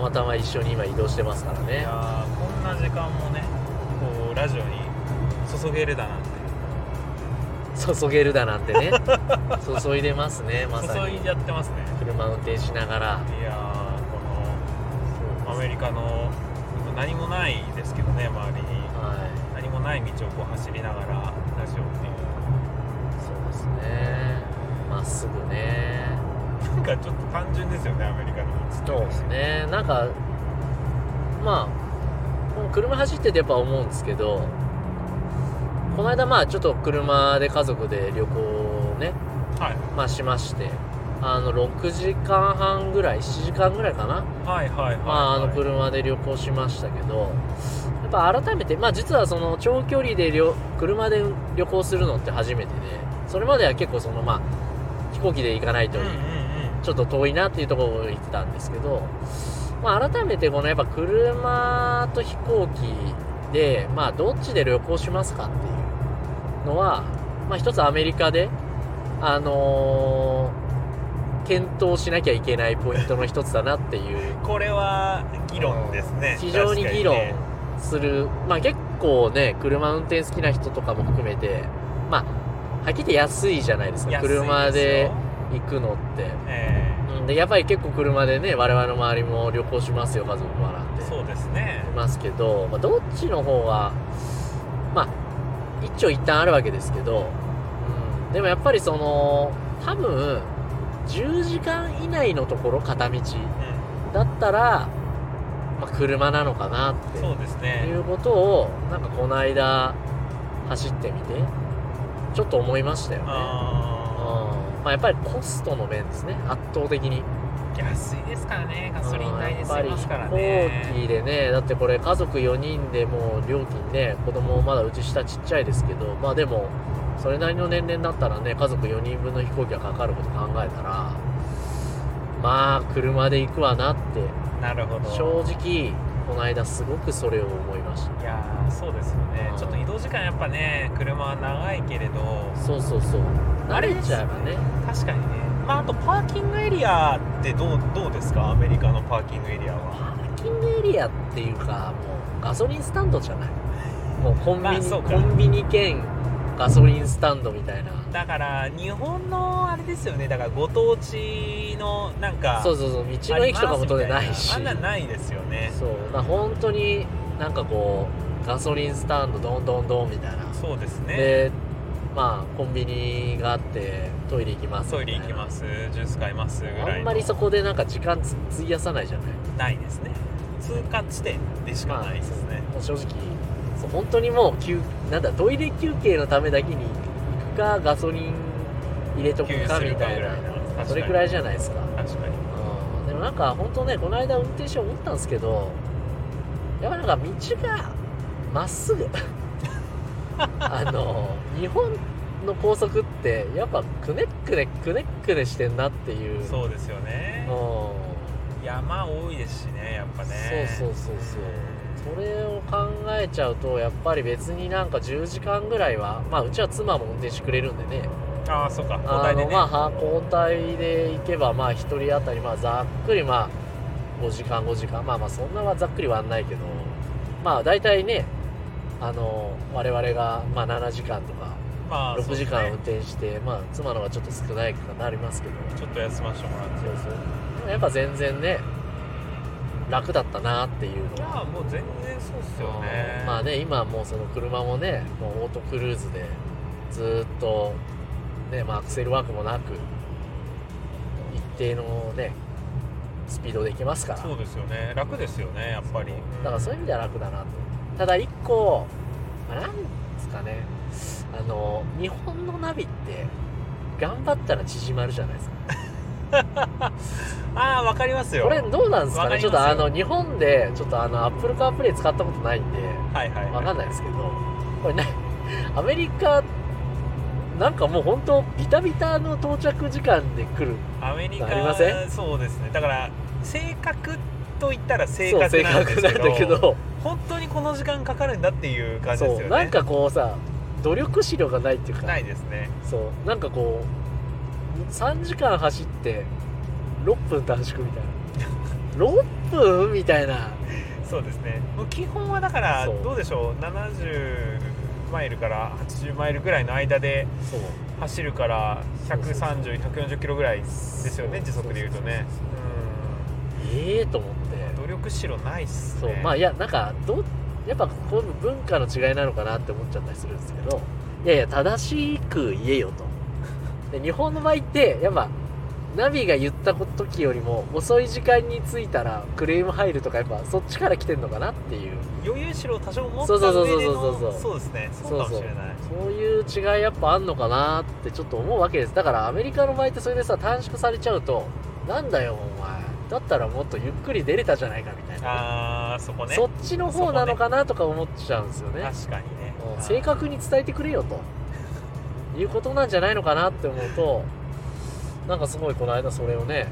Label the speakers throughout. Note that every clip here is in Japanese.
Speaker 1: またま一緒に今移動してますから
Speaker 2: い
Speaker 1: ね
Speaker 2: やーこんな時間もねこうラジオに注げるだなんて
Speaker 1: 注げるだなんて ね注いでますねまさ
Speaker 2: 注
Speaker 1: に
Speaker 2: いじゃってますね
Speaker 1: 車運転しながら
Speaker 2: いやーこのアメリカの本当何もないですけどね周りに
Speaker 1: はい
Speaker 2: 何もない道をこう走りながらラジオっていう
Speaker 1: そうですねまっすぐね
Speaker 2: なんかちょっと単純ですよねアメリカの道って
Speaker 1: そうですねなんかまあこの車走っててやっぱ思うんですけどこの間まあちょっと車で家族で旅行をね、
Speaker 2: はい
Speaker 1: まあ、しましてあの6時間半ぐらい7時間ぐらいかな、
Speaker 2: はいはいはいはい
Speaker 1: まあ、あの車で旅行しましたけどやっぱ改めてまあ実はその長距離で旅車で旅行するのって初めてでそれまでは結構そのまあ飛行機で行かないと
Speaker 2: うんうんうん
Speaker 1: ちょっと遠いなっていうところを行ってたんですけど、まあ、改めてこのやっぱ車と飛行機で、まあ、どっちで旅行しますかっていうのは、まあ、一つアメリカで、あのー検討しなきゃいけないポイントの一つだなっていう
Speaker 2: これは議論ですね
Speaker 1: 非常に議論
Speaker 2: 確かね
Speaker 1: する、まあ結構ね車運転好きな人とかも含めてまあはっきり言って安いじゃないですか
Speaker 2: 安いすよ
Speaker 1: 車で行くのって。
Speaker 2: え
Speaker 1: うん、でやっぱり結構車でね我々の周りも旅行しますよ家族もなん
Speaker 2: え
Speaker 1: て
Speaker 2: そうですね
Speaker 1: いますけど、まあ、どっちの方がまあ一長一短あるわけですけど、うん、でもやっぱりその多分10時間以内のところ片道
Speaker 2: う
Speaker 1: だったら、まあ、車なのかなっ
Speaker 2: んそう
Speaker 1: て
Speaker 2: です
Speaker 1: い
Speaker 2: ね
Speaker 1: うことをなんかこの間走ってみてちょっと思いましたよね。うん
Speaker 2: あ
Speaker 1: まあ、やっぱりコストの面ですね圧倒的に
Speaker 2: ー安いですからねガソリン代で済みますから
Speaker 1: やっぱり飛行機
Speaker 2: ね
Speaker 1: でねだってこれ家族4人でもう料金ね子供まだうち下ちっちゃいですけどまあでもそれなりの年齢になったらね家族4人分の飛行機がかかること考えたらまあ車で行くわなって
Speaker 2: なるほど
Speaker 1: 正直この間すごくそれを思いまし
Speaker 2: いやーそうですよね
Speaker 1: うん
Speaker 2: ちょっと移動時間やっぱね車は長いけれど
Speaker 1: たそうそうそう慣れちゃえばね
Speaker 2: 確かにねまああとパーキングエリアってどうどうですかアメリカのパーキングエリア
Speaker 1: パ
Speaker 2: は
Speaker 1: ーキングエリアっていうかもうガソリンスタンドじゃないもうコンビニ、
Speaker 2: まあそうか
Speaker 1: コンビニ兼ガソリンスタンドみたいな
Speaker 2: だから日本のあれですよねだからご当地のなんか
Speaker 1: そうそうそう道の駅とかも当然ないし
Speaker 2: ありますみたいなあんなんないですよね
Speaker 1: そうだから本当になんかこうガソリンスタンドどんどんどんみたいな、
Speaker 2: そうですね
Speaker 1: でまあコンビニがあってトイレ行きます
Speaker 2: トイレ行きますすジュース買いますぐらいの
Speaker 1: あんまりそこでなんか時間つ費やさないじゃない
Speaker 2: ないですね通過地点でしかないですね、
Speaker 1: もう正直そう本当にもう休なんだトイレ休憩のためだけに行くかガソリン入れとく
Speaker 2: 給油
Speaker 1: か
Speaker 2: する
Speaker 1: み
Speaker 2: か
Speaker 1: た
Speaker 2: ぐ
Speaker 1: い
Speaker 2: ら
Speaker 1: ない
Speaker 2: な確かに
Speaker 1: それくらいじゃないですか
Speaker 2: 確かに
Speaker 1: うんでもなんか本当ねこの間運転して思ったんですけどやっぱなんか道がまっす ぐあの日本の高速ってやっぱくねっくねくねっくねしてんなっていう
Speaker 2: そうですよね
Speaker 1: う
Speaker 2: 山多いですしねやっぱ
Speaker 1: ん
Speaker 2: ね
Speaker 1: そうそうそうそうそれを考えちゃうとやっぱり別になんか10時間ぐらいはまあうちは妻も運転してくれるんでね
Speaker 2: ああそうか交
Speaker 1: あ
Speaker 2: 代で
Speaker 1: の
Speaker 2: ね
Speaker 1: まあは交代で行けばまあ1人当たりまあざっくりまあ5時間5時間まあまあそんなはざっくりはないけどまあ大体ねあの我々がまあ7時間とか
Speaker 2: まあ
Speaker 1: 6時
Speaker 2: そう
Speaker 1: 間運
Speaker 2: で
Speaker 1: 転
Speaker 2: すね
Speaker 1: して、まあ妻のはちょっと少ないかなりますけど
Speaker 2: ちょっと休ませてもらって
Speaker 1: そうそうでもやっぱ全然ね楽だったなっていうの
Speaker 2: いや
Speaker 1: は
Speaker 2: ーもう全然そうっすよね
Speaker 1: うんまあね今もうその車もねもうオートクルーズでずーっとねまあアクセルワークもなく一定のねスピードで行けますから
Speaker 2: そうですよね楽ですよねやっぱり
Speaker 1: だからそういう意味では楽だなとただ一個まあなんですかねあの日本のナビって頑張ったら縮まるじゃないですか
Speaker 2: ああわかりますよ
Speaker 1: これどうなんですか
Speaker 2: わか
Speaker 1: ね
Speaker 2: り
Speaker 1: ちょ
Speaker 2: ますよ
Speaker 1: っとあの日本でちょっとあのアップルカープレイ使ったことないんで
Speaker 2: はいはい、
Speaker 1: わ
Speaker 2: は
Speaker 1: かんないですけどこれねアメリカなんかもう本当ビタビタの到着時間で来る
Speaker 2: い、アメリカ
Speaker 1: ありませ
Speaker 2: そうですねだから正確と言ったら正
Speaker 1: そう
Speaker 2: 確
Speaker 1: 正
Speaker 2: なんです
Speaker 1: 確
Speaker 2: けど
Speaker 1: なんだけど
Speaker 2: 本当にこの時間かかるんだっていう感じです
Speaker 1: そ
Speaker 2: よ
Speaker 1: う
Speaker 2: ね
Speaker 1: なんかこうさ努力資料がないっていうか
Speaker 2: ないですね
Speaker 1: そうなんかこう3時間走って6分短縮みたいな6分みたいな
Speaker 2: そうですねもう基本はだから
Speaker 1: そう
Speaker 2: どうでしょう70マイルから80マイルぐらいの間で
Speaker 1: そう
Speaker 2: 走るから130140キロぐらいですよね
Speaker 1: そう
Speaker 2: 時速でいうとね
Speaker 1: そうええと思って
Speaker 2: うん努力しろないっすね
Speaker 1: そうまあいやなんかどやっぱこういう文化の違いなのかなって思っちゃったりするんですけどいやいや正しく言えよと で日本の場合ってやっぱナビが言った時よりも遅い時間に着いたらクレーム入るとかやっぱそっちから来てんのかなっていう
Speaker 2: 余裕しろ多少持った
Speaker 1: そうそうそう
Speaker 2: 上での
Speaker 1: そうそうそう
Speaker 2: そうですねそうかもしれない
Speaker 1: そういう違いやっぱあんのかなってちょっと思うわけですだからアメリカの場合ってそれでさ短縮されちゃうとなんだよお前だったらもっとゆっくり出れたじゃないかみたいな、
Speaker 2: あーそこね
Speaker 1: そっちの方なのかなとか思っちゃうんですよね
Speaker 2: 確かにね
Speaker 1: もう正確に伝えてくれよということなんじゃないのかなって思うとなんかすごいこの間それをね、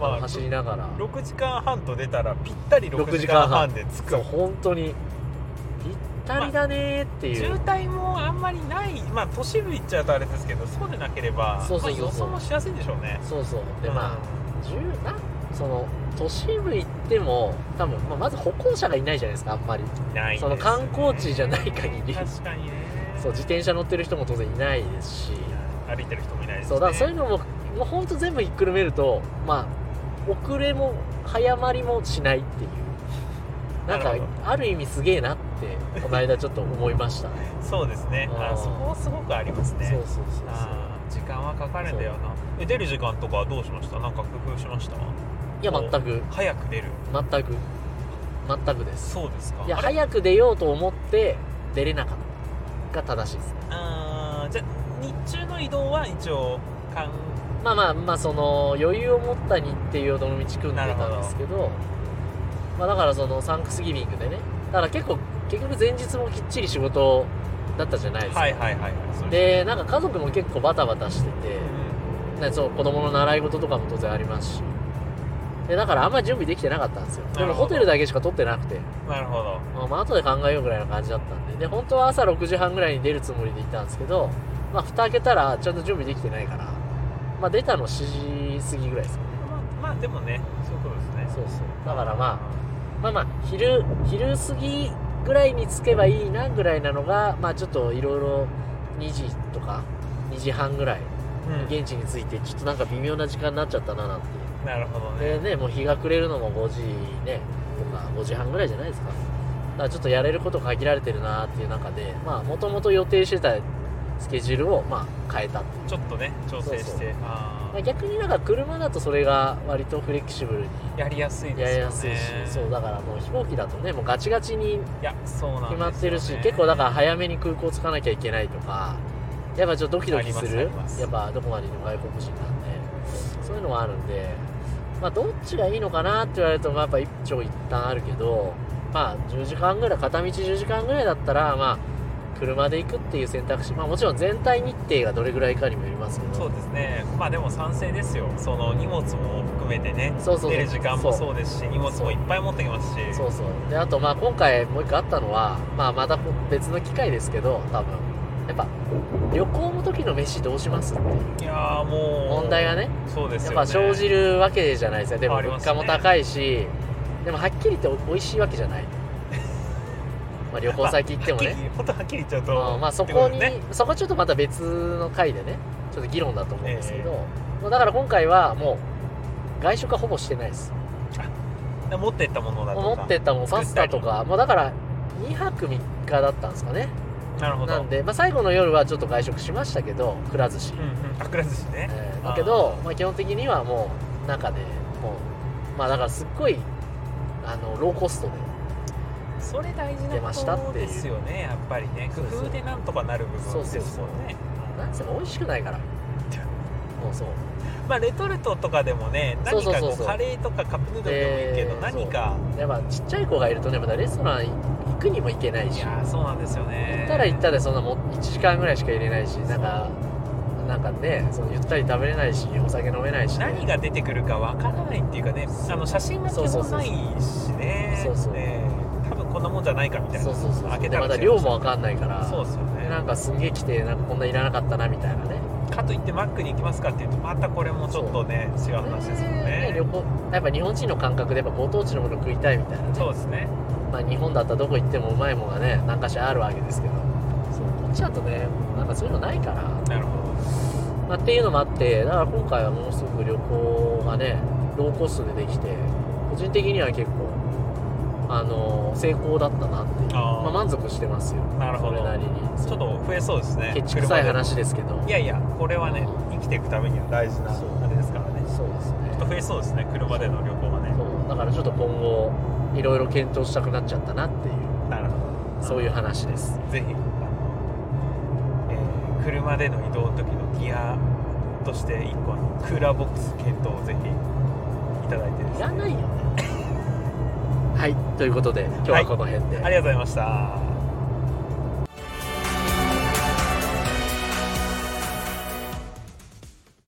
Speaker 2: まあ
Speaker 1: 走りながら
Speaker 2: 6時間半と出たらぴったり
Speaker 1: 6
Speaker 2: 6
Speaker 1: 時
Speaker 2: 時
Speaker 1: 間
Speaker 2: 間
Speaker 1: 半
Speaker 2: 半で着く
Speaker 1: そう本当にぴったりだねーっていう、
Speaker 2: 渋滞もあんまりないまあ都市部行っちゃうとあれですけどそうでなければ
Speaker 1: そうそうそうそう
Speaker 2: まあ、予想もしやすいんでしょうね
Speaker 1: そうそうでまあ10なその都市部行っても多分、まあまず歩行者がいないじゃないですかあんまり
Speaker 2: うんないです
Speaker 1: その観光地じゃない限り
Speaker 2: 確かにね
Speaker 1: そう自転車乗ってる人も当然いないですし
Speaker 2: 歩いてる人もいないですね
Speaker 1: そうだからそういうのももうほんと全部ひっくるめるとまあ遅れも早まりもしないっていうなんか
Speaker 2: なるほ
Speaker 1: ある意味すげえなってこの間ちょっと思いました、ね、
Speaker 2: そうですね
Speaker 1: う
Speaker 2: あ
Speaker 1: ん
Speaker 2: そこはすごくあります
Speaker 1: そう
Speaker 2: ね
Speaker 1: そうそうそう
Speaker 2: あー時間はかかるんだよなえ出る時間とかはどうしましたなんか工夫しました
Speaker 1: いや全く
Speaker 2: 早く出る
Speaker 1: 全く全くです
Speaker 2: そうですか
Speaker 1: いや
Speaker 2: あれ
Speaker 1: 早く出ようと思って出れなかったが正しいですね
Speaker 2: あーじゃあ日中の移動は一応観
Speaker 1: まあまあまあその余裕を持った日程をどの道組んでたんですけどまあだからそのサンクスギビングでねだから結構結局前日もきっちり仕事だったじゃないですか、
Speaker 2: はいはいはいそうす
Speaker 1: でなんか家族も結構バタバタしててねそう子供の習い事とかも当然ありますしでだからあんまり準備できてなかったんですよで
Speaker 2: な
Speaker 1: も
Speaker 2: るほど
Speaker 1: ホテルだけしか取ってなくて
Speaker 2: なるほど
Speaker 1: まあ、まあ後で考えようぐらいな感じだったんでで本当は朝6時半ぐらいに出るつもりで行ったんですけど、まあ、蓋開けたらちゃんと準備できてないから、まあ、出たの7時過ぎぐらいですよね
Speaker 2: まあまあでもねそういうことですね
Speaker 1: そうそうだからまあまあまあ昼昼過ぎぐらいに着けばいいなぐらいなのがまあちょっといろいろ2時とか2時半ぐらい
Speaker 2: うん
Speaker 1: 現地に着いてちょっとなんか微妙な時間になっちゃったななんて
Speaker 2: なるほどね
Speaker 1: でねもう日が暮れるのも5時ねとか5時半ぐらいじゃないですかだからちょっとやれること限られてるなっていう中でまあもともと予定してたスケジュールをまあ変えたっていう
Speaker 2: ちょっとね調整して
Speaker 1: そうそう
Speaker 2: あ
Speaker 1: ま
Speaker 2: ー
Speaker 1: あ逆になんか車だとそれが割とフレキシブルに
Speaker 2: やりやすいですよね
Speaker 1: やりやすいしそうだからもう飛行機だとねもうガチガチに
Speaker 2: いやそうなんですよ
Speaker 1: 決まってるし、
Speaker 2: ね
Speaker 1: 結構だから早めに空港着かなきゃいけないとかやっぱちょっとドキドキす
Speaker 2: あ
Speaker 1: る
Speaker 2: りますあります
Speaker 1: やっぱどこまででも外国人なんでそういうのはあるんでまあどっちがいいのかなって言われるとまあやっぱ一長一短あるけどまあ10時間ぐらい片道10時間ぐらいだったらまあ車で行くっていう選択肢まあもちろん全体日程がどれぐらいかにもよりますけど
Speaker 2: そうですねまあでも賛成ですよその荷物も含めてね
Speaker 1: そうそうそう
Speaker 2: 出る時間もそうですし荷物もいっぱい持ってきますし
Speaker 1: そうそうであとまあ今回もう一個あったのは、まあ、また別の機会ですけど多分やっぱ旅行の時の飯どうしますっていう
Speaker 2: いやーもう
Speaker 1: 問題がね
Speaker 2: そうです
Speaker 1: や
Speaker 2: よ
Speaker 1: っぱ
Speaker 2: ね
Speaker 1: 生じるわけじゃないですかでも
Speaker 2: あり
Speaker 1: 物
Speaker 2: ます
Speaker 1: 価
Speaker 2: ね
Speaker 1: も高いし、でもはっきり言ってお美味しいわけじゃ ないまあ旅行先行っても
Speaker 2: はっき
Speaker 1: ね
Speaker 2: り 本当はっきり言っちゃうと
Speaker 1: うんまあそ
Speaker 2: って
Speaker 1: こ
Speaker 2: と
Speaker 1: に
Speaker 2: ですね
Speaker 1: そこはちょっとまた別の回でねちょっと議論だと思うんですけど、もうだから今回はもう外食はほぼしてないです
Speaker 2: 持ってったものだと
Speaker 1: もう
Speaker 2: か
Speaker 1: 持ってったもん
Speaker 2: 作
Speaker 1: パ
Speaker 2: っ
Speaker 1: ス
Speaker 2: た
Speaker 1: タ
Speaker 2: り
Speaker 1: とかもうだから2泊3日だったんですかね
Speaker 2: なるほど
Speaker 1: なんで、まあ、最後の夜はちょっと外食しましたけどくら寿司、
Speaker 2: うんうんあくら寿司ね
Speaker 1: えー
Speaker 2: あー
Speaker 1: だけどまあ、基本的にはもう中でもうまあだからすっごいあのローコストで
Speaker 2: それ大事
Speaker 1: 出ました
Speaker 2: な
Speaker 1: っ
Speaker 2: こと
Speaker 1: ていう
Speaker 2: ですよねやっぱりね
Speaker 1: そ
Speaker 2: 工
Speaker 1: うそう
Speaker 2: 夫でなんとかなる部
Speaker 1: そう
Speaker 2: 分
Speaker 1: そう
Speaker 2: です
Speaker 1: そ
Speaker 2: も
Speaker 1: うん
Speaker 2: ね
Speaker 1: なんせ美味しくないからもうそう
Speaker 2: まあレトルトとかでもね
Speaker 1: そう
Speaker 2: 何
Speaker 1: そう
Speaker 2: か
Speaker 1: そう
Speaker 2: こ
Speaker 1: そう
Speaker 2: うカレーとかカップヌードルでもいいけど
Speaker 1: で
Speaker 2: 何か
Speaker 1: やっぱちっちゃい子がいるとねまだレストラン行くにも行けない
Speaker 2: い
Speaker 1: し
Speaker 2: やーそうなんですよね
Speaker 1: 行ったら行ったでそんなもう1時間ぐらいしか入れないしなんかなんかねそのゆったり食べれないしお酒飲めないし、
Speaker 2: 何が出てくるかわからないっていうかねあの写真が基
Speaker 1: そうそう
Speaker 2: 本
Speaker 1: そう
Speaker 2: ないしね
Speaker 1: そうそう
Speaker 2: ね多分こんなもんじゃないかみたいな
Speaker 1: そうそうそう
Speaker 2: 開け
Speaker 1: で
Speaker 2: た
Speaker 1: ま
Speaker 2: ら
Speaker 1: だ量もわかんないから
Speaker 2: そうですよ
Speaker 1: で
Speaker 2: ね
Speaker 1: なんかすんげえ来てなんかこんないらなかったなみたいなね
Speaker 2: かといってマックに行きますかっていうとまたこれもちょっとね違う話ですもん
Speaker 1: ね
Speaker 2: ね
Speaker 1: 旅行やっぱ日本人の感覚でやっぱご当地のもの食いたいみたいなね
Speaker 2: そうですね
Speaker 1: まあ、日本だったらどこ行ってもうまいもんがね何かしらあるわけですけどそうこっちだとねなんかそういうのないから、
Speaker 2: なるほ
Speaker 1: まあ、っていうのもあってだから今回はもうすぐ旅行がねローコストでできて個人的には結構あの成功だったなっていう
Speaker 2: ど
Speaker 1: まあ、
Speaker 2: あ
Speaker 1: 満足してますよ
Speaker 2: あなるほ
Speaker 1: そ
Speaker 2: ど
Speaker 1: れなりに
Speaker 2: ちょっと増えそうですね
Speaker 1: ケチくさい
Speaker 2: 車で
Speaker 1: 話ですけど
Speaker 2: いやいやこれはね生きていくためには大事な
Speaker 1: そう
Speaker 2: あれですからねち
Speaker 1: そうですね
Speaker 2: ょっと増えそうですね車での旅行はね
Speaker 1: そうだからちょっと今後いろいろ検討したくなっちゃったなっていう
Speaker 2: なるほど
Speaker 1: そういう話です
Speaker 2: ぜひあの、えー車での移動の時のギアとして1個あのクーラーボックス検討をぜひいただいてです
Speaker 1: い
Speaker 2: ね
Speaker 1: らないよねはいということで今日はこの辺で、
Speaker 2: ありがとうございました